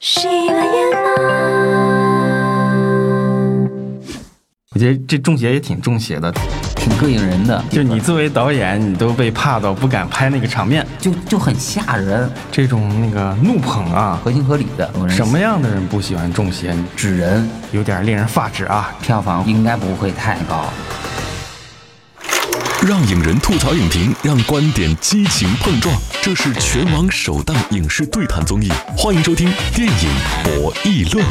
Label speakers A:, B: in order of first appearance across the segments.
A: 喜马拉雅，
B: 我觉得这中邪也挺中邪的，
C: 挺膈应人的，
B: 就你作为导演，你都被怕到不敢拍那个场面，
C: 就就很吓人，
B: 这种那个怒捧啊，
C: 合情合理的。我认为
B: 什么样的人不喜欢中邪？
C: 纸人
B: 有点令人发指啊！
C: 票房应该不会太高。
D: 让影人吐槽影评，让观点激情碰撞，这是全网首档影视对谈综艺，欢迎收听《电影博弈论》。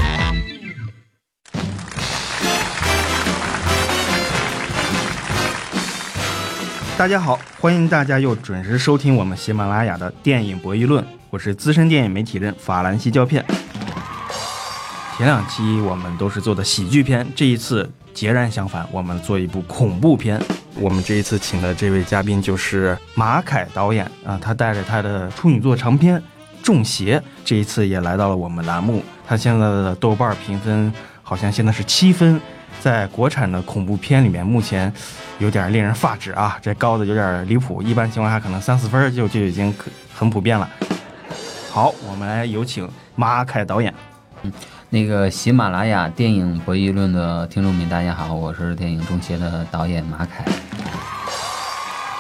B: 大家好，欢迎大家又准时收听我们喜马拉雅的电影博弈论，我是资深电影媒体人法兰西胶片。前两期我们都是做的喜剧片，这一次截然相反，我们做一部恐怖片。我们这一次请的这位嘉宾就是马凯导演啊，他带着他的处女作长片《中邪》，这一次也来到了我们栏目。他现在的豆瓣评分好像现在是七分，在国产的恐怖片里面，目前有点令人发指啊，这高的有点离谱。一般情况下，可能三四分就就已经可很普遍了。好，我们来有请马凯导演。
C: 那个喜马拉雅电影博弈论的听众们，大家好，我是电影《中邪》的导演马凯。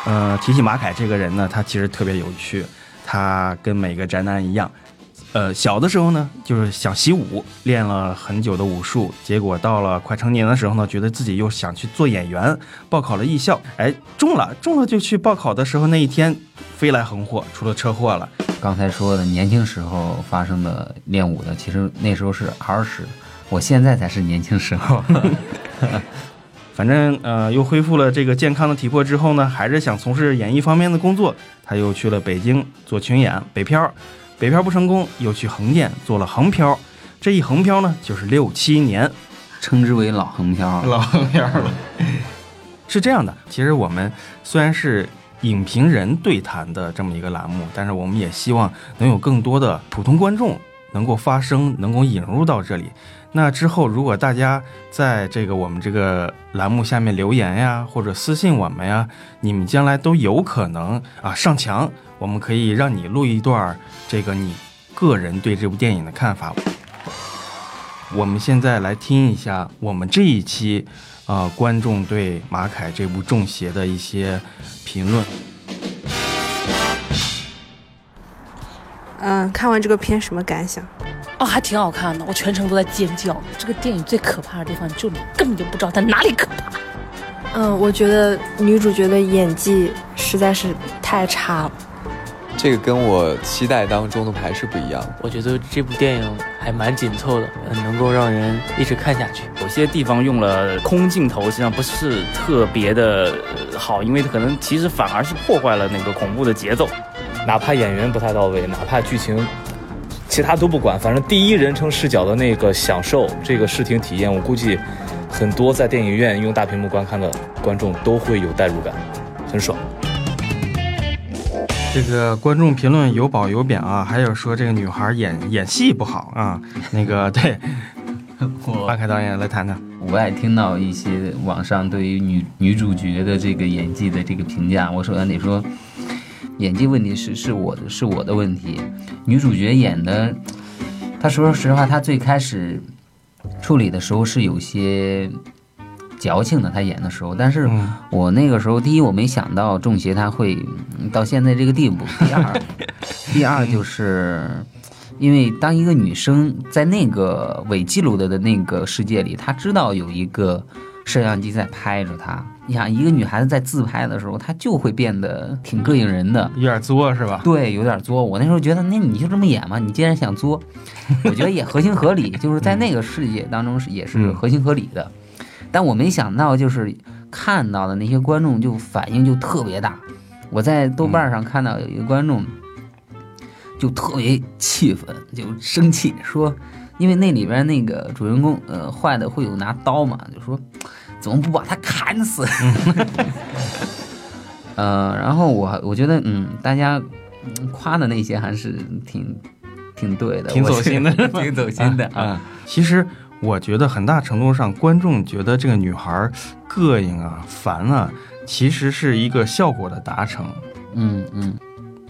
B: 呃，提起马凯这个人呢，他其实特别有趣，他跟每个宅男一样，呃，小的时候呢就是想习武，练了很久的武术，结果到了快成年的时候呢，觉得自己又想去做演员，报考了艺校，哎，中了，中了就去报考的时候那一天，飞来横祸，出了车祸了，
C: 刚才说的年轻时候发生的练武的，其实那时候是儿时，我现在才是年轻时候。
B: 反正呃，又恢复了这个健康的体魄之后呢，还是想从事演艺方面的工作。他又去了北京做群演北漂，北漂不成功，又去横店做了横漂。这一横漂呢，就是六七年，
C: 称之为老横漂。
B: 老横漂了。嗯是这样的，其实我们虽然是影评人对谈的这么一个栏目，但是我们也希望能有更多的普通观众能够发声，能够引入到这里。那之后，如果大家在这个我们这个栏目下面留言呀，或者私信我们呀，你们将来都有可能啊上墙，我们可以让你录一段儿这个你个人对这部电影的看法。我们现在来听一下我们这一期，呃，观众对马凯这部《中邪》的一些评论。
E: 嗯，看完这个片什么感想？
F: 哦，还挺好看的，我全程都在尖叫。这个电影最可怕的地方，就你根本就不知道它哪里可怕。
G: 嗯，我觉得女主角的演技实在是太差了。
H: 这个跟我期待当中的还是不一样的。
I: 我觉得这部电影还蛮紧凑的，呃能够让人一直看下去。
J: 有些地方用了空镜头，实际上不是特别的呃好，因为可能其实反而是破坏了那个恐怖的节奏。
K: 哪怕演员不太到位，哪怕剧情，其他都不管，反正第一人称视角的那个享受，这个视听体验，我估计很多在电影院用大屏幕观看的观众都会有代入感，很爽。
B: 这个观众评论有褒有贬啊，还有说这个女孩演演戏不好啊，那个对， 马
C: 我
B: 凯导演来谈谈。
C: 我爱听到一些网上对于女女主角的这个演技的这个评价，我首先得说，呃演技问题是是我的是我的问题。女主角演的，她说实话，她最开始处理的时候是有些矫情的，她演的时候，但是
B: 嗯
C: 我那个时候，第一我没想到中邪他会嗯到现在这个地步，第二，第二就是。因为当一个女生在那个伪记录的的那个世界里，她知道有一个摄像机在拍着她。你想，一个女孩子在自拍的时候，她就会变得挺膈应人的。
B: 有点作是吧？
C: 对，有点作。我那时候觉得，那你就这么演嘛，你既然想作， 我觉得也合情合理，就是在那个世界当中是也是
B: 嗯
C: 合情合理的。但我没想到，就是看到的那些观众就反应就特别大。我在豆瓣上看到有一个观众就特别气愤，就生气说，因为那里边那个主人公呃坏的会有拿刀嘛，就说怎么不把他砍死？ 呃，然后我我觉得嗯，大家嗯夸的那些还是挺挺对的，
B: 挺走心的
C: 我觉得 挺走心的啊。
B: 其实我觉得很大程度上，观众觉得这个女孩膈应啊、烦啊，其实是一个效果的达成。
C: 嗯嗯，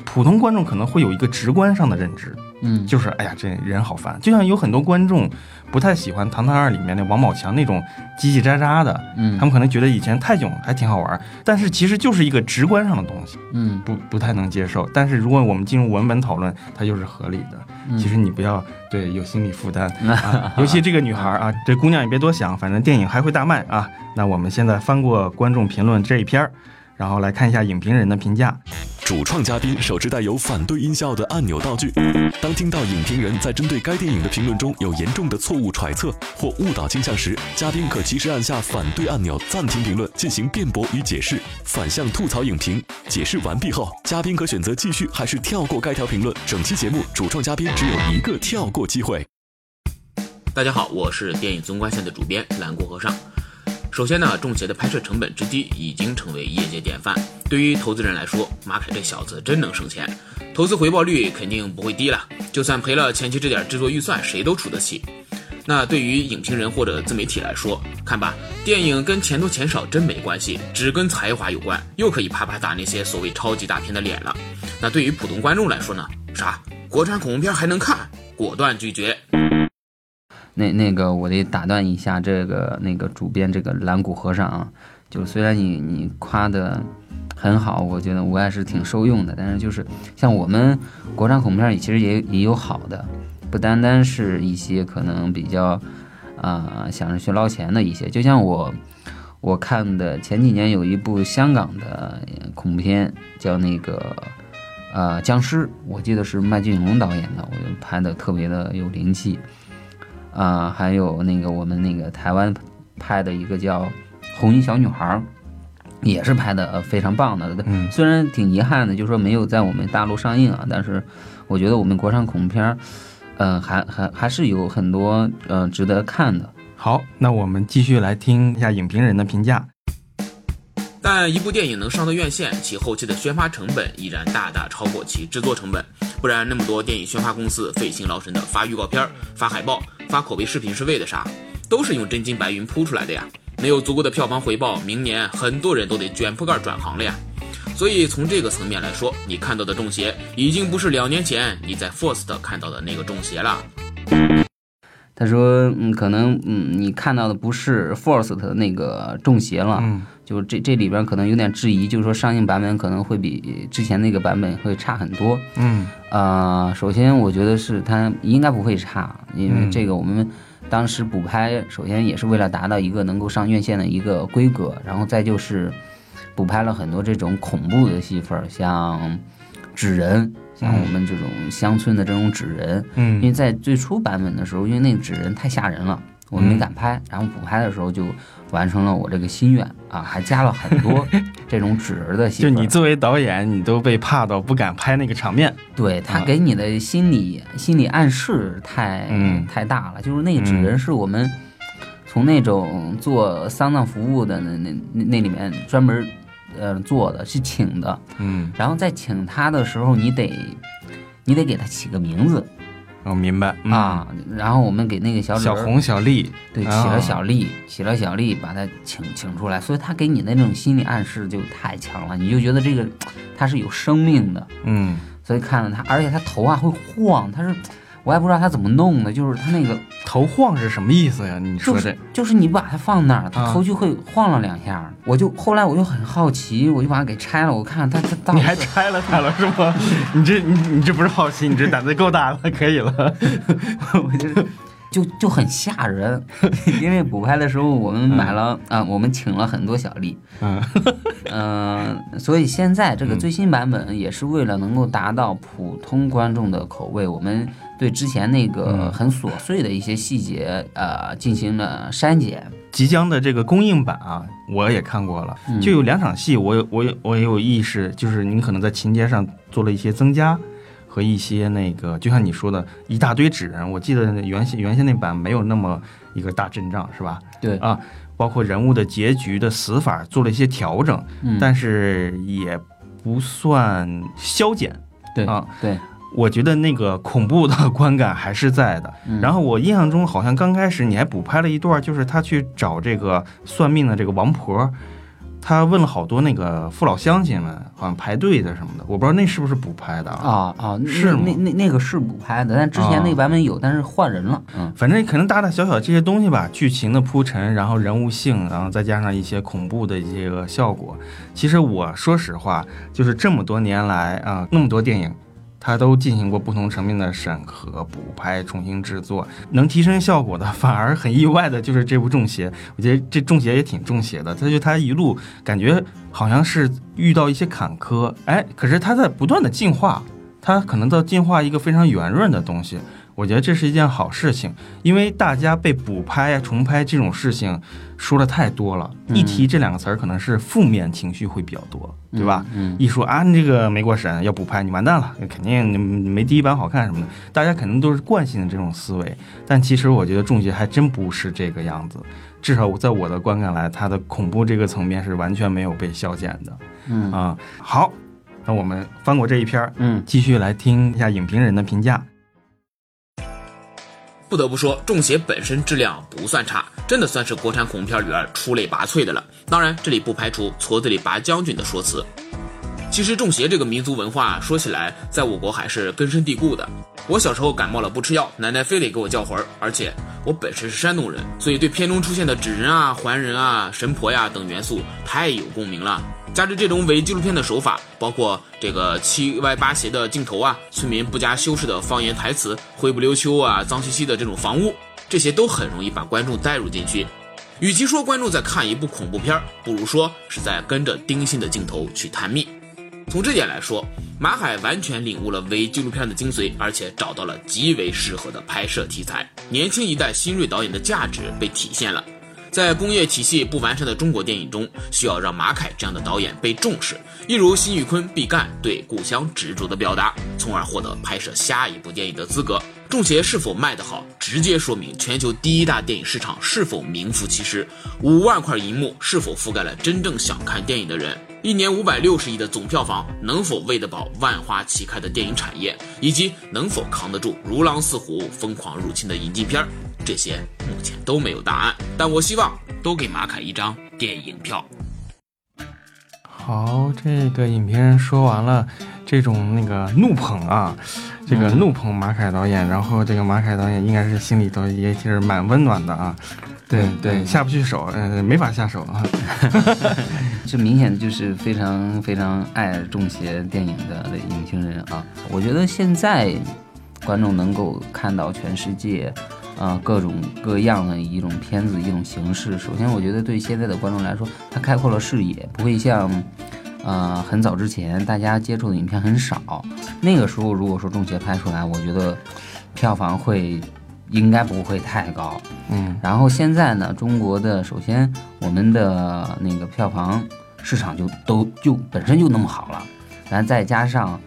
B: 普通观众可能会有一个直观上的认知，
C: 嗯，
B: 就是哎呀，这人好烦。就像有很多观众不太喜欢《唐探二》里面那王宝强那种叽叽喳喳的，
C: 嗯
B: 他们可能觉得以前泰囧还挺好玩儿，但是其实就是一个直观上的东西，
C: 嗯
B: 不不太能接受。但是如果我们进入文本讨论，它就是合理的。
C: 嗯
B: 其实你不要对有心理负 担啊，尤其这个女孩儿啊，这姑娘也别多想，反正电影还会大卖啊。那我们现在翻过观众评论这一篇儿，然后来看一下影评人的评价。
D: 主创嘉宾手持带有反对音效的按钮道具。当听到影评人在针对该电影的评论中有严重的错误揣测或误导倾向时，嘉宾可及时按下反对按钮，暂停评论，进行辩驳与解释，反向吐槽影评。解释完毕后，嘉宾可选择继续还是跳过该条评论。整期节目，主创嘉宾只有一个跳过机会。
A: 大家好，我是电影综观线的主编蓝锅和尚。首先呢，中邪的拍摄成本之低已经成为业界典范。对于投资人来说，马凯这小子真能省钱，投资回报率肯定不会低了。就算赔了前期这点制作预算，谁都出得起。那对于影评人或者自媒体来说，看吧，电影跟钱多钱少真没关系，只跟才华有关，又可以啪啪打那些所谓超级大片的脸了。那对于普通观众来说呢？啥？国产恐怖片还能看？果断拒绝。
C: 那那个，我得打断一下这个那个主编这个蓝谷和尚啊，就是虽然你你夸的很好，我觉得我也是挺受用的，但是就是像我们国产恐怖片儿里其实也也有好的，不单单是一些可能比较啊、想着去捞钱的一些，就像我我看的前几年有一部香港的呃恐怖片叫那个。呃，僵尸，我记得是麦浚龙导演的，我觉得拍的特别的有灵气。啊、还有那个我们那个台湾拍的一个叫《红衣小女孩》，也是拍的呃非常棒的。
B: 嗯
C: 虽然挺遗憾的，就是说没有在我们大陆上映啊，但是我觉得我们国产恐怖片儿，呃，还还还是有很多呃值得看的。
B: 好，那我们继续来听一下影评人的评价。
A: 但一部电影能上到院线，其后期的宣发成本依然大大超过其制作成本，不然那么多电影宣发公司费心劳神的发预告片儿、发海报、发口碑视频是为了啥？都是用真金白云铺出来的呀！没有足够的票房回报，明年很多人都得卷铺盖转行了呀！所以从这个层面来说，你看到的中邪已经不是两年前你在 First 看到的那个中邪了。
C: 他说，嗯，可能嗯你看到的不是 Force 的那个中邪了，
B: 嗯，
C: 就是这这里边可能有点质疑，就是说上映版本可能会比之前那个版本会差很多。
B: 嗯
C: 呃，首先我觉得是它应该不会差，因为
B: 嗯
C: 这个我们当时补拍，首先也是为了达到一个能够上院线的一个规格，然后再就是补拍了很多这种恐怖的戏份儿，像纸人，像
B: 嗯
C: 我们这种乡村的这种纸人，因为
B: 嗯
C: 在最初版本的时候，因为那个纸人太吓人了，我
B: 嗯
C: 没敢拍，然后补拍的时候就完成了我这个心愿啊，还加了很 多这种纸人的戏
B: 就
C: 份儿。
B: 你作为导演，你都被怕到不敢拍那个场面。
C: 对他
B: 啊
C: 给你的心理、心理暗示太、
B: 嗯
C: 太大了，就是那个纸人是我们从那种做丧葬服务的那那那那里面专门呃做的，是请的。
B: 嗯，
C: 然后在请他的时候，你得你得给他起个名字、
B: 我明白、嗯、。
C: 啊。然后我们给那个小纸
B: 小
C: 人
B: 红、小丽，
C: 对起
B: 啊
C: 了小丽，起了小丽，把他请请出来，所以他给你的那种心理暗示就太强了，你就觉得这个他是有生命的。
B: 嗯，
C: 所以看了他，而且他头啊会晃，他是我也不知道他怎么弄的，就是他那个
B: 头晃是什么意思呀？你
C: 就
B: 说这
C: 是，就是你把它放那儿，
B: 啊
C: 他头就会晃了两下。我就后来我就很好奇，我就把它给拆了，我看他他到
B: 你
C: 底
B: 还
C: 是
B: 拆了它了是吗？ 你这你你这不是好奇，你这胆子够大了，可以了。
C: 我就是就就很吓人， 因为补拍的时候我们买了啊、我们请了很多小丽，
B: 嗯
C: 嗯、所以现在这个最新版本也是为了能够达到普通观众的口味，我们对之前那个
B: 嗯
C: 很琐碎的一些细节呃进行了删减。
B: 即将的这个公映版啊，我也看过了，
C: 嗯
B: 就有两场戏我有，我有我也有意识，就是您可能在情节上做了一些增加。和一些那个，就像你说的，一大堆纸人，我记得原先原先那版没有那么一个大阵仗，是吧？
C: 对
B: 啊，包括人物的结局的死法做了一些调整，
C: 嗯
B: 但是也不算消减。
C: 对
B: 啊，
C: 对，
B: 我觉得那个恐怖的观感还是在的。
C: 嗯
B: 然后我印象中好像刚开始你还补拍了一段，就是他去找这个算命的这个王婆，他问了好多那个父老乡亲们，好像排队的什么的，我不知道那是不是补拍的
C: 啊啊，那
B: 是吗啊
C: 那那那个是补拍的，但之前那个版本有，但是换人了。嗯，
B: 反正可能大大小小这些东西吧，剧情的铺陈，然后人物性，然后再加上一些恐怖的这个效果。其实我说实话，就是这么多年来啊、那么多电影，它都进行过不同层面的审核、补拍、重新制作，能提升效果的， 反而很意外的就是这部《中邪》。我觉得这《中邪》也挺中邪的，它就它一路感觉好像是遇到一些坎坷，哎，可是它在不断的进化，它可能在进化一个非常圆润的东西。我觉得这是一件好事情，因为大家被补拍啊、重拍这种事情说的太多了，一提这两个词儿，可能是负面情绪会比较多，对吧？
C: 嗯
B: 一说啊，你这个没过审，要补拍，你完蛋了，肯定没第一版好看什么的，大家肯定都是惯性的这种思维。但其实我觉得《中邪》还真不是这个样子，至少在我的观感来，它的恐怖这个层面是完全没有被消减的。
C: 嗯
B: 啊、好，那我们翻过这一篇，
C: 嗯，
B: 继续来听一下影评人的评价。
A: 不得不说，《中邪》本身质量不算差，真的算是国产恐怖片里边出类拔萃的了。当然，这里不排除矬子里拔将军的说辞。其实，中邪这个民族文化说起来，在我国还是根深蒂固的。我小时候感冒了不吃药，奶奶非得给我叫魂儿，而且我本身是山东人，所以对片中出现的纸人啊、还人啊、神婆呀、等元素太有共鸣了。加之这种伪纪录片的手法，包括这个七歪八斜的镜头啊、村民不加修饰的方言台词、灰不溜秋啊、脏兮兮的这种房屋，这些都很容易把观众带入进去。与其说观众在看一部恐怖片儿，不如说是在跟着盯心的镜头去探秘。从这点来说，马海完全领悟了伪纪录片的精髓，而且找到了极为适合的拍摄题材。年轻一代新锐导演的价值被体现了。在工业体系不完善的中国电影中，需要让马凯这样的导演被重视，一如辛宇坤、毕赣对故乡执着的表达，从而获得拍摄下一部电影的资格。中邪是否卖得好，直接说明全球第一大电影市场是否名副其实，五万块银幕是否覆盖了真正想看电影的人，一年五百六十亿的总票房能否喂得饱万花齐开的电影产业，以及能否扛得住如狼似虎疯狂入侵的引进片儿，这些目前都没有答案。但我希望都给马凯一张电影票。
B: 好，这个影评人说完了，这种那个怒捧啊，这个
C: 嗯
B: 怒捧马凯导演，然后这个马凯导演应该是心里头也是蛮温暖的啊。
C: 对
B: 嗯
C: 对
B: 嗯下不去手，嗯，没法下手啊。
C: 这明显就是非常非常爱中邪电影的影评人啊！我觉得现在观众能够看到全世界，呃，各种各样的一种片子、一种形式。首先，我觉得对现在的观众来说，它开阔了视野，不会像。呃，很早之前大家接触的影片很少，那个时候如果说中邪拍出来，我觉得票房会应该不会太高，
B: 嗯
C: 然后现在呢，中国的首先我们的那个票房市场就都就本身就那么好了，然后再加上，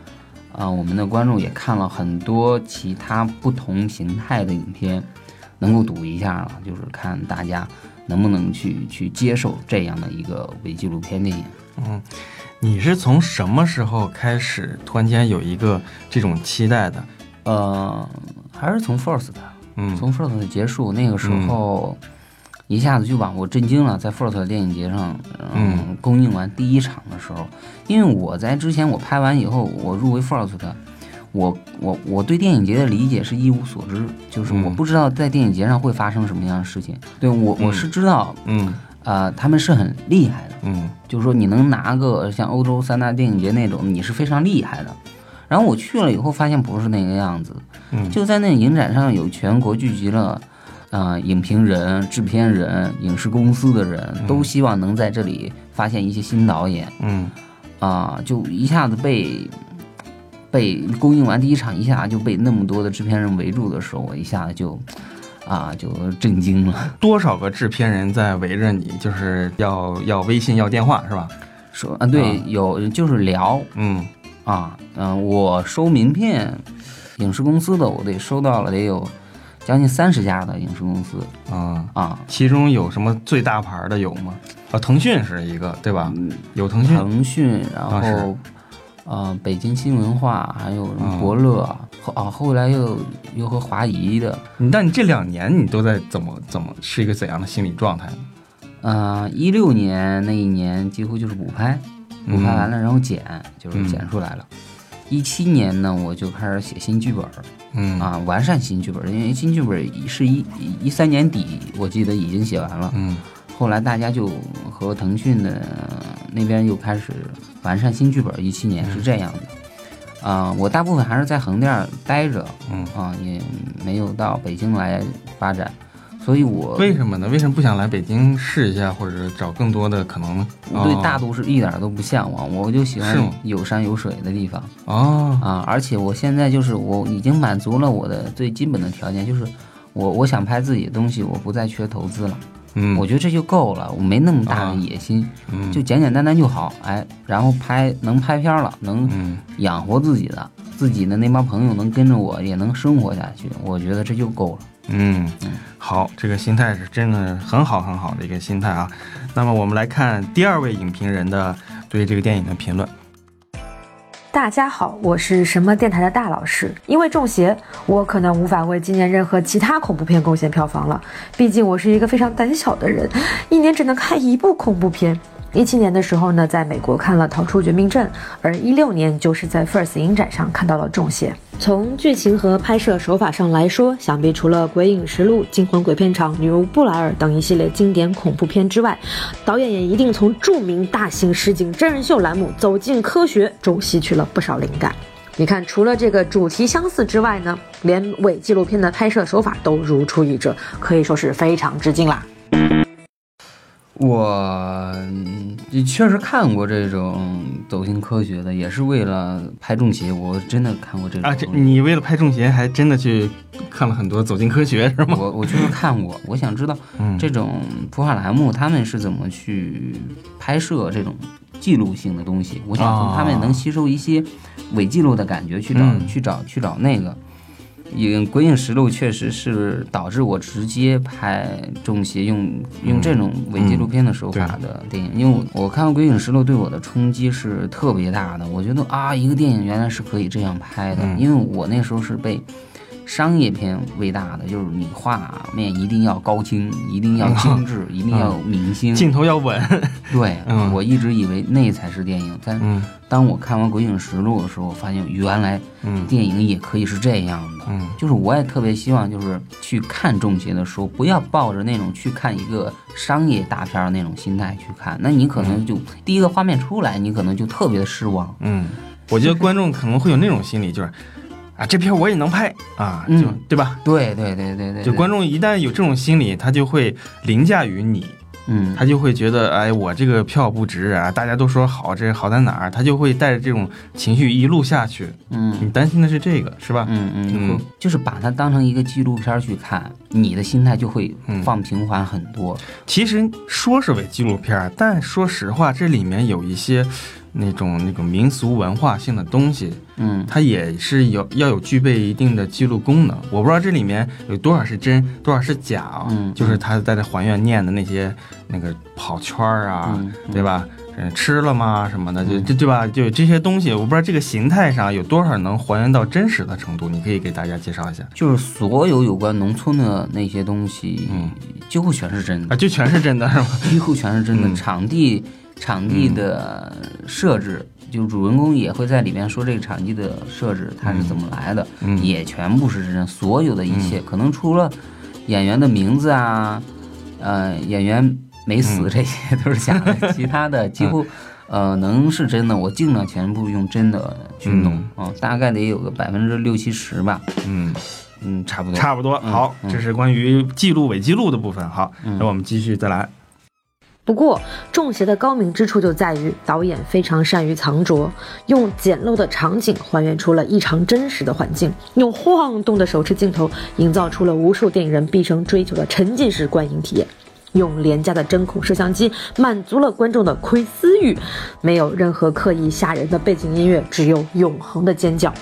C: 呃，我们的观众也看了很多其他不同形态的影片，能够赌一下了，就是看大家能不能去去接受这样的一个伪纪录片电影。
B: 嗯，你是从什么时候开始突然间有一个这种期待的？
C: 呃，还是从 First 的，
B: 嗯，
C: 从 First 的结束那个时候，一下子就把我震惊了。在 First 的电影节上，
B: 嗯，
C: 公映完第一场的时候，因为我在之前我拍完以后，我入围 First 的，我我我对电影节的理解是一无所知，就是
B: 嗯
C: 我不知道在电影节上会发生什么样的事情。对我我是知道，
B: 嗯，
C: 呃，他们是很厉害的，
B: 嗯，
C: 就是说你能拿个像欧洲三大电影节那种，你是非常厉害的。然后我去了以后，发现不是那个样子，
B: 嗯
C: 就在那影展上有全国聚集了，呃，影评人、制片人、影视公司的人，都希望能在这里发现一些新导演，
B: 嗯
C: 啊、就一下子被被公映完第一场，一下就被那么多的制片人围住的时候，我一下子就啊、就震惊了。
B: 多少个制片人在围着你，就是要要微信要电话是吧？
C: 说啊，对，有就是聊，
B: 嗯，
C: 啊，嗯、我收名片，影视公司的我得收到了得有将近三十家的影视公司
B: 啊
C: 啊，
B: 其中有什么最大牌的有吗？啊，腾讯是一个对
C: 嗯
B: 吧？有腾讯，
C: 腾讯，然
B: 嗯啊是
C: 后呃，北京新文化，还有什么
B: 嗯
C: 伯乐，后啊后来又又和华谊的，
B: 你但你这两年你都在怎么怎么是一个怎样的心理状态呢？
C: 呃，一六年那一年几乎就是补拍，补拍完了
B: 嗯
C: 然后剪，就是剪出来了。一七年呢，我就开始写新剧本，
B: 嗯
C: 啊，完善新剧本，因为新剧本是一一三年底，我记得已经写完了，
B: 嗯，
C: 后来大家就和腾讯的那边又开始完善新剧本，一七年
B: 嗯
C: 是这样的。啊、我大部分还是在横店儿待着，
B: 嗯
C: 啊、也没有到北京来发展，所以我
B: 为什么呢？为什么不想来北京试一下，或者找更多的可能呢？
C: 我对
B: 哦
C: 大都市一点儿都不向往，我就喜
B: 是
C: 欢
B: 吗
C: 有山有水的地方
B: 哦
C: 啊！而且我现在就是我已经满足了我的最基本的条件，就是我我想拍自己的东西，我不再缺投资了。
B: 嗯
C: 我觉得这就够了，我没那么大的野心，
B: 嗯
C: 就简简单单就好。哎，然后拍能拍片儿了，能
B: 嗯
C: 养活自己的，自己的那帮朋友能跟着我，也能生活下去，我觉得这就够了。
B: 嗯，好，这个心态是真的很好很好的一个心态啊。那么我们来看第二位影评人的对这个电影的评论。
L: 大家好，我是什么电台的大老师。因为中邪，我可能无法为今年任何其他恐怖片贡献票房了，毕竟我是一个非常胆小的人，一年只能看一部恐怖片。一七年的时候呢，在美国看了《逃出绝命镇》，而一六年就是在 FIRST 影展上看到了《中邪》。从剧情和拍摄手法上来说，想必除了《鬼影实录》《惊魂鬼片场》《女巫布莱尔》等一系列经典恐怖片之外，导演也一定从著名大型实景真人秀栏目《走进科学》中吸取了不少灵感。你看，除了这个主题相似之外呢，连伪纪录片的拍摄手法都如出一辙，可以说是非常啊致敬啦。
C: 我嗯确实看过这种走进科学的，也是为了拍中邪，我真的看过这种
B: 啊，这你为了拍《中邪》还真的去看了很多《走进科学》是吗？
C: 我我就是看过，我想知道
B: 嗯
C: 这种普法栏目他们是怎么去拍摄这种记录性的东西，我想从他们能吸收一些伪记录的感觉去找、
B: 哦嗯
C: 去找去找那个。影《鬼影实录》确实是导致我直接拍中邪用用
B: 嗯
C: 这种伪纪录片的手法的电影，因为我我看过《鬼影实录》对我的冲击是特别大的。我觉得啊，一个电影原来是可以这样拍的，
B: 嗯
C: 因为我那时候是被商业片喂大的，就是你画面一定要高清，一定要精致，一定要有明星，
B: 镜头要稳。
C: 对，
B: 嗯
C: 我一直以为那才是电影，但
B: 嗯
C: 当我看完《鬼影实录》的时候，我发现原来
B: 嗯
C: 电影也可以是这样的。
B: 嗯
C: 就是我也特别希望，就是去看中邪的书，不要抱着那种去看一个商业大片儿那种心态去看，那你可能就、第一个画面出来，你可能就特别的失望。
B: 嗯，我觉得观众可能会有那种心理，就是啊，这片我也能拍啊，就、
C: 嗯
B: 对吧？
C: 对对对对对，
B: 就观众一旦有这种心理，他就会凌驾于你，
C: 嗯，
B: 他就会觉得，哎，我这个票不值啊，大家都说好，这好在哪儿？他就会带着这种情绪一路下去。
C: 嗯，
B: 你担心的是这个，是吧？
C: 嗯
B: 嗯
C: 嗯，就是把它当成一个纪录片儿去看，你的心态就会放平缓很多。
B: 其实说是伪纪录片儿，但说实话，这里面有一些那种那种民俗文化性的东西，
C: 嗯，
B: 它也是有要有具备一定的记录功能。我不知道这里面有多少是真，多少是假啊。
C: 嗯
B: 就是他在这还原念的那些那个跑圈儿啊，
C: 嗯
B: 对吧？嗯，吃了吗？什么的，就这对吧？就这些东西，我不知道这个形态上有多少能还原到真实的程度，你可以给大家介绍一下
C: 就是所有有关农村的那些东西，几乎全是真的
B: 嗯啊，，就全是真的是吗？
C: 几乎全是真的。
B: 嗯
C: 场地场地的设置，就主人公也会在里面说这个场地的设置它是怎么来的，
B: 嗯
C: 也全部是真。所有的一切，可能除了演员的名字啊，呃，演员没死这些都是假的，其他的几 乎。呃，能是真的，我尽量全部用真的去弄啊、大概得有个百分之六七十吧。
B: 嗯
C: 嗯，差不多，
B: 差不多。
C: 嗯
B: 好，
C: 嗯
B: 这是关于记录伪记录的部分。好，那我们继续再来。
L: 不过，中邪的高明之处就在于导演非常善于藏拙，用简陋的场景还原出了异常真实的环境，用晃动的手持镜头营造出了无数电影人毕生追求的沉浸式观影体验。用廉价的针孔摄像机满足了观众的窥私欲，没有任何刻意吓人的背景音乐，只有永恒的尖叫。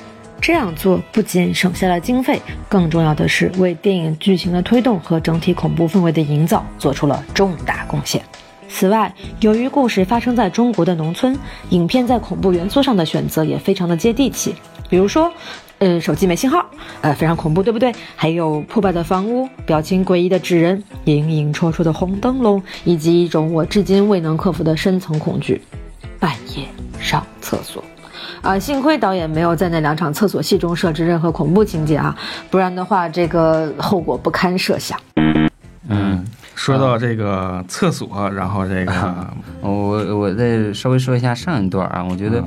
L: 这样做不仅省下了经费，更重要的是为电影剧情的推动和整体恐怖氛围的营造做出了重大贡献。此外，由于故事发生在中国的农村，影片在恐怖元素上的选择也非常的接地气。比如说，嗯，手机没信号，呃，非常恐怖，对不对？还有破败的房屋，表情诡异的纸人，隐隐绰绰的红灯笼，以及一种我至今未能克服的深层恐惧——半夜上厕所。啊、幸亏导演没有在那两场厕所戏中设置任何恐怖情节啊，不然的话，这个后果不堪设想。
B: 嗯，说到这个厕所，然后这个、
C: 哦我我再稍微说一下上一段啊，我觉得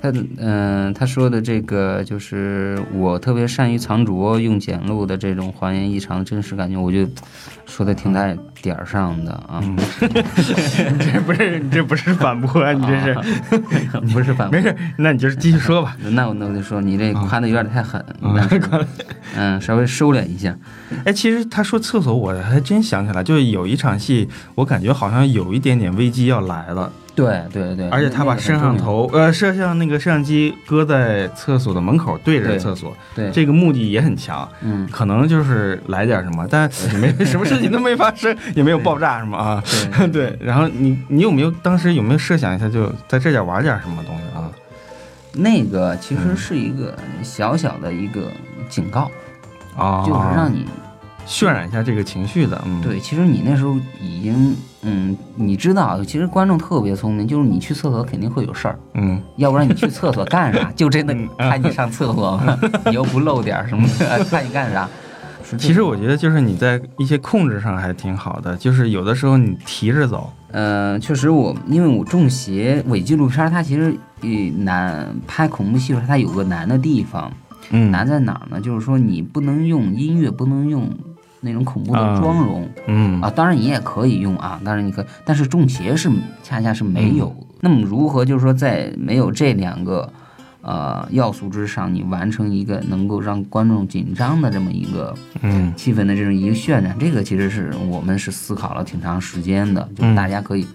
C: 他嗯、他说的这个就是我特别善于藏拙，用简陋的这种还原异常的真实感觉，我觉得说的挺在点儿上的啊。
B: 你这不是 你这不是反驳啊，你这是、
C: 不是反
B: 没
C: 驳，
B: 啊事，那你就是继续说吧。
C: 那我那我就说你这夸的有点太狠， 嗯，稍微收敛一下。
B: 哎，其实他说厕所，我还真想起来，就是有一场戏，我感觉好像有一点点危机要来了。
C: 对对对，
B: 而且他把摄像头，呃，摄像那个摄像机搁在厕所的门口，对着
C: 对
B: 厕所，
C: 对
B: 这个目的也很强，
C: 嗯，
B: 可能就是来点什么，但也没 什么事情都没发生，也没有爆炸什么啊， 对然后你你有没有当时有没有设想一下，就在这点玩点什么东西啊？
C: 那个其实
B: 嗯
C: 是一个小小的一个警告，
B: 啊，
C: 就是让你
B: 渲染一下这个情绪的，嗯，
C: 对，其实你那时候已经，嗯，你知道，其实观众特别聪明，就是你去厕所肯定会有事儿，
B: 嗯，
C: 要不然你去厕所干啥？ 就真的看你上厕 所吗？你又不露点儿什么的， 看你干啥？
B: 其实我觉得就是你在一些控制上还挺好的，就是有的时候你提着走，
C: 呃，确实我，因为我中邪伪纪录片儿，它其实呃难拍恐怖系数，它有个难的地方，
B: 嗯，
C: 难在哪儿呢？就是说你不能用音乐，不能用那种恐怖的
B: 嗯
C: 妆容，
B: 嗯
C: 啊，当然你也可以用啊，当然你可以，但是中邪是恰恰是没有。
B: 嗯
C: 那么如何就是说在没有这两个呃要素之上，你完成一个能够让观众紧张的这么一个
B: 嗯
C: 气氛的这种一个渲染，这个其实是我们是思考了挺长时间的，就是
B: 嗯
C: 大家可以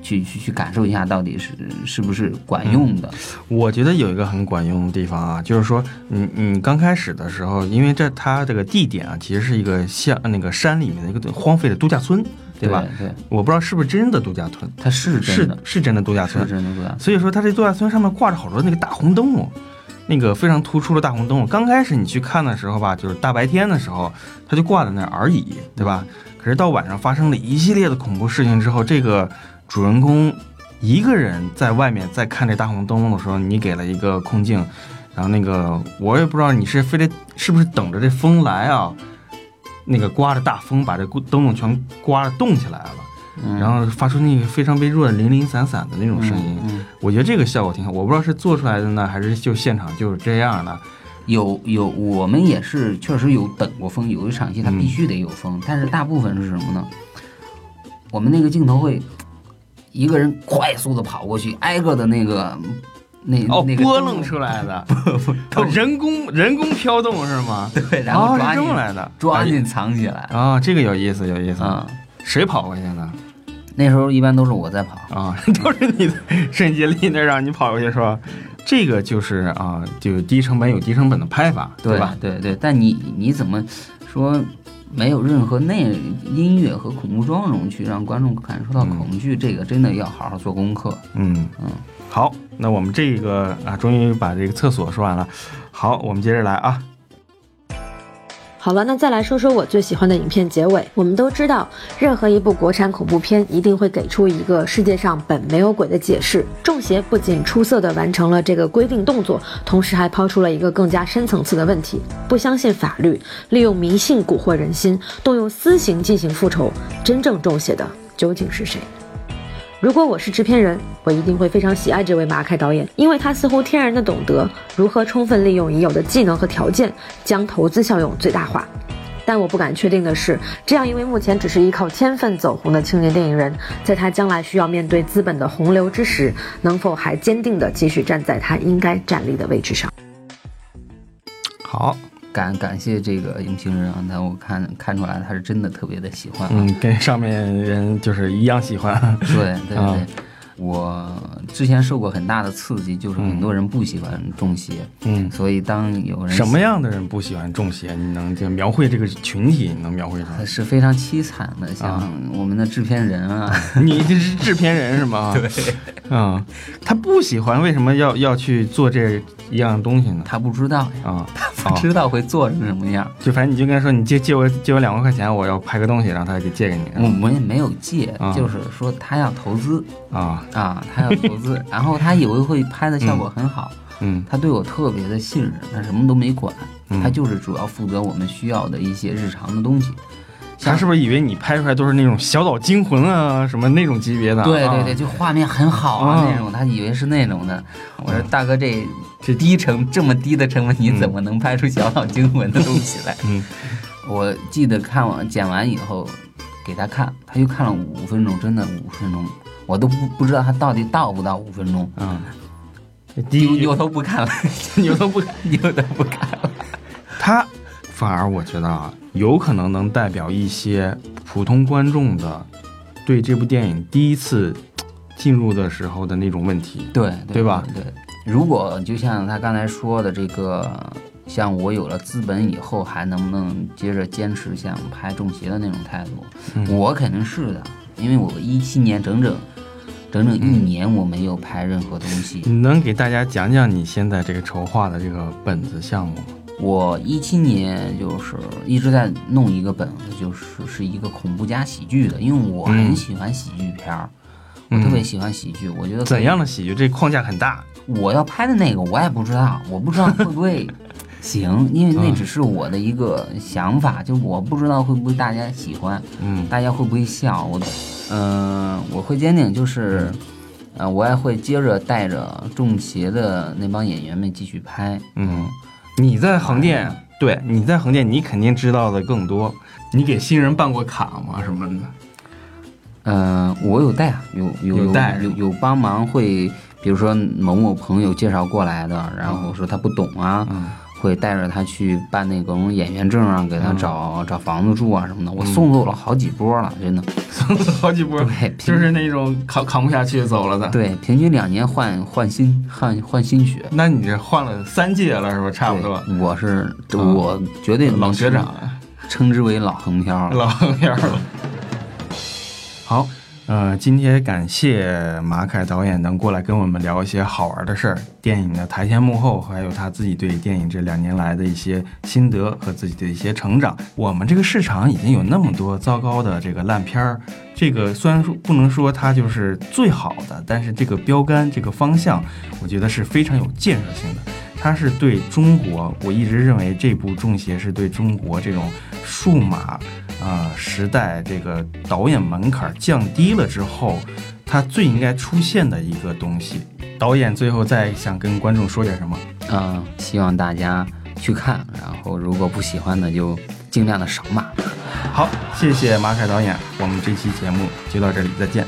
C: 去去去感受一下到底是是不是管用的。
B: 我觉得有一个很管用的地方啊，就是说，你你刚开始的时候，因为这它这个地点啊，其实是一个像那个山里面的一个荒废的度假村，对吧？
C: 对对
B: 我不知道是不是真的度假村，
C: 它是真的
B: 是是真的度假村，
C: 是真的度假村
B: 所以说，它这度假村上面挂着好多那个大红灯笼，那个非常突出的大红灯笼。刚开始你去看的时候吧，就是大白天的时候，它就挂在那儿而已，对吧？可是到晚上发生了一系列的恐怖事情之后，这个主人公一个人在外面在看这大红灯笼的时候，你给了一个空镜，然后那个我也不知道你是非得是不是等着这风来啊，那个刮着大风把这灯笼全刮着动起来了。然后发出那个非常微弱的零零散散的那种声音，我觉得这个效果挺好。我不知道是做出来的呢，还是就现场就是这样的。
C: 有有，我们也是确实有等过风，有一场
B: 嗯
C: 戏它必须得有风，但是大部分是什么呢？我们那个镜头会一个人快速的跑过去，挨个的那个那、
B: 哦，
C: 那个
B: 拨
C: 灯
B: 弄出来 的，哦人工人工飘动是吗？
C: 对，然后
B: 哦
C: 抓
B: 是这
C: 进、
B: 么来的，嗯
C: 抓进藏起来。
B: 啊，这个有意思，有意思
C: 啊！
B: 谁跑过去呢？
C: 那时候一般都是我在跑
B: 啊， 都是你瞬间力那让你跑过去是吧？这个就是啊，就低成本有低成本的拍法，
C: 对
B: 吧？
C: 对对，但你你怎么说没有任何内音乐和恐怖妆容去让观众感受到恐惧？这个真的要好好做功课。
B: 嗯
C: 嗯，
B: 好，那我们这个啊，终于把这个厕所说完了。好，我们接着来啊。
L: 好了，那再来说说我最喜欢的影片结尾。我们都知道，任何一部国产恐怖片一定会给出一个世界上本没有鬼的解释。中邪不仅出色地完成了这个规定动作，同时还抛出了一个更加深层次的问题：不相信法律，利用迷信蛊惑人心，动用私刑进行复仇。真正中邪的究竟是谁？如果我是制片人，我一定会非常喜爱这位马凯导演，因为他似乎天然的懂得如何充分利用已有的技能和条件，将投资效用最大化。但我不敢确定的是，这样一位目前只是依靠天分走红的青年电影人，在他将来需要面对资本的洪流之时，能否还坚定地继续站在他应该站立的位置上？
B: 好，
C: 感感谢这个影评人啊，但我看看出来他是
B: 嗯
C: 真的特别的喜欢啊。
B: 嗯，跟上面人就是一样喜欢。
C: 对对对，
B: 啊
C: 我之前受过很大的刺激，就是很多人不喜欢中邪，
B: 嗯，
C: 所以当有人
B: 什么样的人不喜欢中邪？你能这描绘这个群体，你能描绘出 来？
C: 是非常凄惨的，
B: 啊
C: 像我们的制片人啊，
B: 你这是制片人是吗？
C: 对，
B: 啊、他不喜欢，为什么要要去做这一样东西呢？
C: 他不知道呀，
B: 啊、
C: 他不知道会做成什么样。
B: 就反正你就跟他说，你借借我借我两万块钱，我要拍个东西，然后他给借给你。
C: 我们也没有借，
B: 啊
C: 就是说他要投资
B: 啊
C: 啊，他要投资，然后他以为会拍的效果很好，
B: 嗯
C: 他对我特别的信任，他什么都没管，
B: 嗯
C: 他就是主要负责我们需要的一些日常的东西。
B: 他是不是以为你拍出来都是那种小岛惊魂啊什么那种级别的？
C: 对
B: 啊
C: 对对，就画面很好啊
B: 啊
C: 那种，他以为是那种的。我说大哥，这这低成这么低的成本，你怎么能拍出小岛惊魂的东西来？
B: 嗯，
C: 我记得看完剪完以后给他看，他就看了五分钟，真的五分钟，我都不不知道他到底到不到五分钟。
B: 嗯，
C: 扭扭头不看了，
B: 扭头不看，
C: 扭头不看了。
B: 他反而我觉得啊，有可能能代表一些普通观众的对这部电影第一次进入的时候的那种问题。
C: 嗯对
B: 对吧？
C: 对，如果就像他刚才说的这个，像我有了资本以后，还能不能接着坚持像拍中邪的那种态度？
B: 嗯
C: 我肯定是的，因为我一七年整整整整一年我没有拍任何东西。
B: 你能给大家讲讲你现在这个筹划的这个本子项目吗？
C: 我一七年就是一直在弄一个本子，就是是一个恐怖加喜剧的，因为我很
B: 嗯
C: 喜欢喜剧片儿，
B: 嗯
C: 我特别喜欢喜剧，我觉得
B: 怎
C: 可以
B: 样的喜剧？这框架很大。
C: 我要拍的那个我也不知道，我不知道会不会行，因为那只是我的一个想法，就我不知道会不会大家喜欢，
B: 嗯，
C: 大家会不会笑，我，嗯、我会坚定就是，呃，我也会接着带着中邪的那帮演员们继续拍，
B: 嗯，你在横
C: 哎
B: 店，对，你在横店，你肯定知道的更多。你给新人办过卡吗？什么的？
C: 嗯，我有带啊，有有
B: 有带
C: 有有帮忙会，比如说某某朋友介绍过来
B: 嗯
C: 的，然后说他不懂啊，会带着他去办那种演员证啊，给他找、
B: 嗯
C: 找房子住啊什么的。我送走了好几波了，真的。
B: 好几波，就是那种扛扛不下去走了的。
C: 对，平均两年换换新换换新血。
B: 那你这换了三届了是吧？差不多。嗯
C: 我是我绝对
B: 老学长，
C: 称之为老横漂了。
B: 老横漂了。好，呃，今天感谢马凯导演能过来跟我们聊一些好玩的事儿，电影的台前幕后，还有他自己对电影这两年来的一些心得和自己的一些成长。我们这个市场已经有那么多糟糕的这个烂片儿，这个虽然说不能说它就是最好的，但是这个标杆、这个方向，我觉得是非常有建设性的。它是对中国，我一直认为这部《中邪》是对中国这种数码啊、时代这个导演门槛降低了之后，它最应该出现的一个东西。导演最后再想跟观众说点什么？
C: 嗯、希望大家去看，然后如果不喜欢的就尽量的少骂。
B: 好，谢谢马凯导演，我们这期节目就到这里，再见。